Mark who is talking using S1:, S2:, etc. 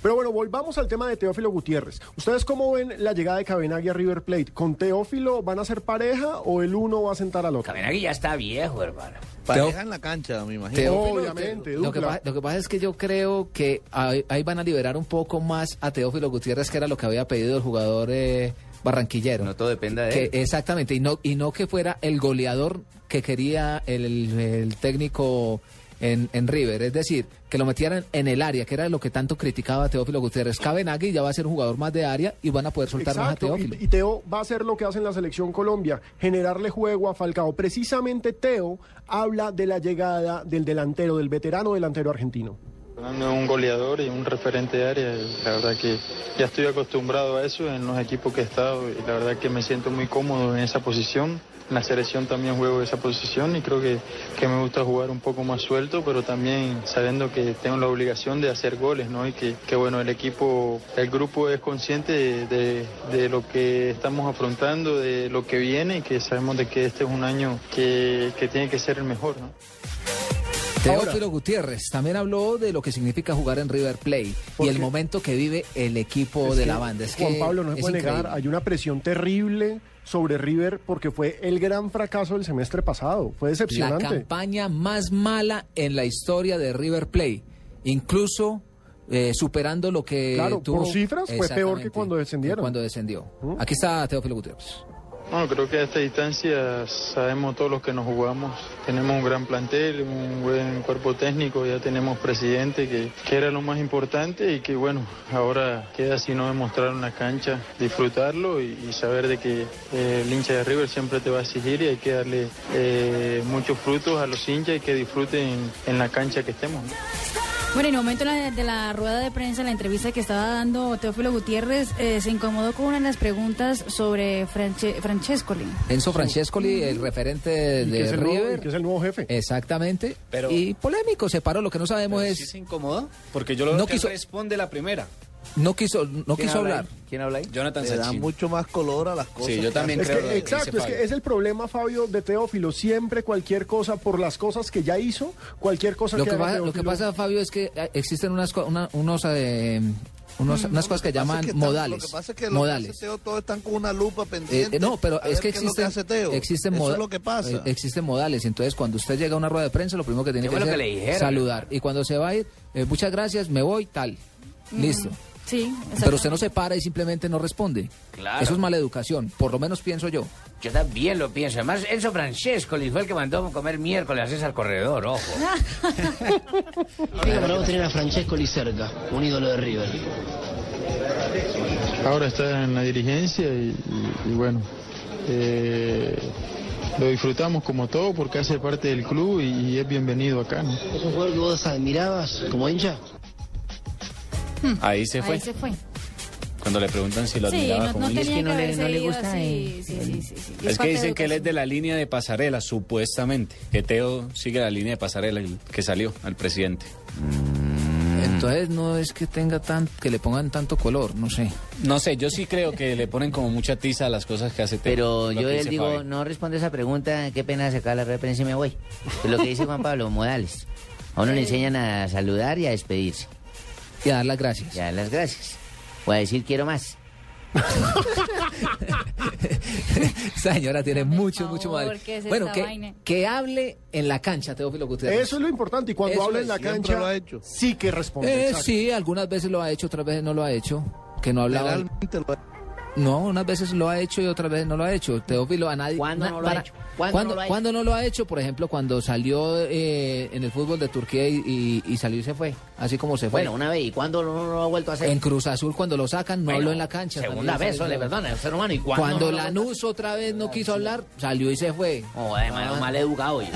S1: Pero bueno, volvamos al tema de Teófilo Gutiérrez. ¿Ustedes cómo ven la llegada de Cabenagui a River Plate? ¿Con Teófilo van a ser pareja o el uno va a sentar al otro?
S2: Cabenagui ya está viejo, hermano.
S3: Pareja en la cancha, me imagino.
S4: Teo-
S1: Obviamente,
S4: Lo que,
S1: dupla.
S4: pasa, lo que pasa es que yo creo que ahí, ahí van a liberar un poco más a Teófilo Gutiérrez, que era lo que había pedido el jugador eh, barranquillero.
S2: No todo depende de
S4: Que-
S2: él.
S4: exactamente, y no, y no que fuera el goleador que quería el, el técnico en, en River. Es decir, que lo metieran en el área, que era lo que tanto criticaba Teófilo Gutiérrez. Cabenagui ya va a ser un jugador más de área y van a poder soltar más a
S1: Exacto,
S4: Teófilo.
S1: y, y Teo va a hacer lo que hace en la selección Colombia, generarle juego a Falcao. Precisamente Teo habla de la llegada del delantero, del veterano delantero argentino.
S5: Fernando es un goleador y un referente de área. y la verdad que ya estoy acostumbrado a eso en los equipos que he estado y la verdad que me siento muy cómodo en esa posición. En la selección también juego esa posición y creo que, que me gusta jugar un poco más suelto, pero también sabiendo que tengo la obligación de hacer goles, ¿no? Y que, que bueno, el equipo, el grupo es consciente de, de- de lo que estamos afrontando, de lo que viene y que sabemos de que este es un año que, que tiene que ser el mejor, ¿no?
S4: Teófilo Gutiérrez también habló de lo que significa jugar en River Plate y el
S1: qué?
S4: momento que vive el equipo
S1: Es
S4: de
S1: que,
S4: la banda. Es
S1: Juan
S4: que
S1: Pablo no se
S4: es
S1: puede negar,
S4: increíble.
S1: hay una presión terrible sobre River porque fue el gran fracaso del semestre pasado. Fue
S4: la
S1: decepcionante.
S4: campaña más mala en la historia de River Plate, incluso eh, superando lo que
S1: Claro,
S4: tuvo-
S1: por cifras fue peor que cuando descendieron.
S4: Cuando descendió. Aquí está Teófilo Gutiérrez.
S5: Bueno, creo que a esta distancia sabemos todos los que nos jugamos. Tenemos un gran plantel, un buen cuerpo técnico, ya tenemos presidente, que, que era lo más importante y que bueno, ahora queda sino demostrar una cancha, disfrutarlo y, y saber de que eh, el hincha de River siempre te va a exigir y hay que darle eh, muchos frutos a los hinchas y que disfruten en la cancha que estemos. ¿no?
S6: Bueno, en el momento de la- de la rueda de prensa, en la entrevista que estaba dando Teófilo Gutiérrez, eh, se incomodó con una de las preguntas sobre Franche- Francescoli.
S4: Enzo Francescoli, el referente
S1: Y que
S4: de
S1: es el nuevo- y
S4: River.
S1: que es el nuevo jefe.
S4: Exactamente.
S7: Pero-
S4: y polémico, se paró. Lo que no sabemos
S7: Pero
S4: es.
S7: sí se incomodó? Porque yo lo veo
S4: No
S7: que
S4: quiso-
S7: él responde la primera.
S4: No quiso, no
S2: ¿Quién
S4: quiso
S2: habla ahí?
S4: hablar.
S2: ¿Quién habla ahí?
S7: Jonathan
S3: Le da
S7: Sachin.
S3: mucho más color a las cosas.
S7: Sí, yo también
S1: Es
S7: creo. lo
S1: que,
S7: que
S1: exacto,
S7: dice
S1: es que
S7: Fabio.
S1: es el problema, Fabio, de Teófilo. Siempre cualquier cosa, por las cosas que ya hizo, cualquier cosa
S4: Lo
S1: que,
S4: que,
S1: haga
S4: pasa, lo que
S1: Teófilo-
S4: pasa, Fabio, es que eh, existen unas, co- una- unos, eh, unos- unas cosas
S3: Mm, Lo que pasa
S4: que llaman
S3: es que están-
S4: modales.
S3: Lo que pasa es que los
S4: modales.
S3: Teo todos están con una lupa pendiente.
S4: Eh, no, pero
S3: a
S4: es
S3: ver
S4: que
S3: qué lo
S4: existen,
S3: hace Teo.
S4: existen
S3: Eso
S4: moda-
S3: es lo que pasa.
S4: eh, existen modales. Entonces, cuando usted llega a una rueda de prensa, lo primero que tiene
S2: ¿Qué
S4: que
S2: fue lo
S4: hacer
S2: que le
S4: es
S2: dijeron?
S4: saludar. Y cuando se va a ir, eh, muchas gracias, me voy, tal.
S3: Mm,
S4: Listo.
S6: Sí,
S4: Pero usted no se para y simplemente no responde.
S2: Claro.
S4: Eso es mala educación, por lo menos pienso yo.
S2: Yo también lo pienso. Además, Enzo Francesco fue el que mandó a comer miércoles a César Corredor, ojo.
S8: Venga, para vos tener a Francesco cerca, un ídolo de River.
S5: Ahora está en la dirigencia y, y- y bueno, eh, lo disfrutamos como todo porque hace parte del club y, y es bienvenido acá. ¿no?
S8: ¿Es un jugador que vos admirabas como hincha?
S7: Mm. Ahí se
S6: Ahí
S7: fue.
S6: se fue.
S7: Cuando le preguntan si lo
S6: Sí,
S7: admiraba
S6: no,
S7: como
S6: no
S7: un
S6: tenía
S7: niño.
S6: que,
S2: no le-
S6: haberse
S2: no le
S6: ido
S2: gusta
S6: así. Sí, sí, sí, sí. Y
S7: Es que
S6: parte
S7: dicen que él es de
S6: educación.
S7: la línea de pasarela, supuestamente. Que Teo sigue la línea de pasarela el que salió al presidente.
S4: Entonces, no es que tenga tan, que le pongan tanto color, no sé.
S7: No sé, yo sí creo que le ponen como mucha tiza a las cosas que hace Teo.
S2: Pero
S7: lo
S2: yo
S7: que
S2: él
S7: dice
S2: digo,
S7: Fabio.
S2: no respondo esa pregunta, qué pena sacar la red de prensa y me voy. Es lo que dice Juan Pablo, modales. A uno le enseñan a saludar y a despedirse,
S4: Y a dar las gracias.
S2: y a dar las gracias. O a decir quiero más.
S4: Esa señora tiene
S6: Por
S4: mucho,
S6: favor,
S4: mucho madre.
S6: ¿qué es
S4: bueno,
S6: esta
S4: que,
S6: vaina?
S4: que hable en la cancha, Teófilo Gutiérrez.
S1: Eso es lo importante. Y cuando
S4: Eso
S1: habla
S4: es,
S1: en la
S3: siempre
S1: cancha,
S3: lo ha hecho.
S1: sí que responde.
S4: Eh,
S1: exacto.
S4: sí, algunas veces lo ha hecho, otras veces no lo ha hecho. Que no hablaba.
S3: Literalmente lo-
S4: No, unas veces lo ha hecho y otras veces no lo ha hecho. Teófilo a nadie.
S2: ¿Cuándo no lo ha hecho?
S4: ¿Cuándo,
S2: ¿Cuándo no lo ha hecho?
S4: cuándo no lo ha hecho? Por ejemplo, cuando salió eh, en el fútbol de Turquía y, y- y salió y se fue. Así como se fue.
S2: Bueno, una vez, ¿y cuándo no lo ha vuelto a hacer?
S4: en Cruz Azul, cuando lo sacan, no
S2: Bueno,
S4: habló en la cancha.
S2: Segunda
S4: salió y
S2: vez,
S4: se
S2: eso le
S4: fue.
S2: perdona, el ser humano. ¿Y cuándo
S4: Cuando
S2: no lo ha vuelto
S4: Lanús otra vez no quiso hablar, salió y se fue.
S2: a hacer? Oh, además, mal educado. oye.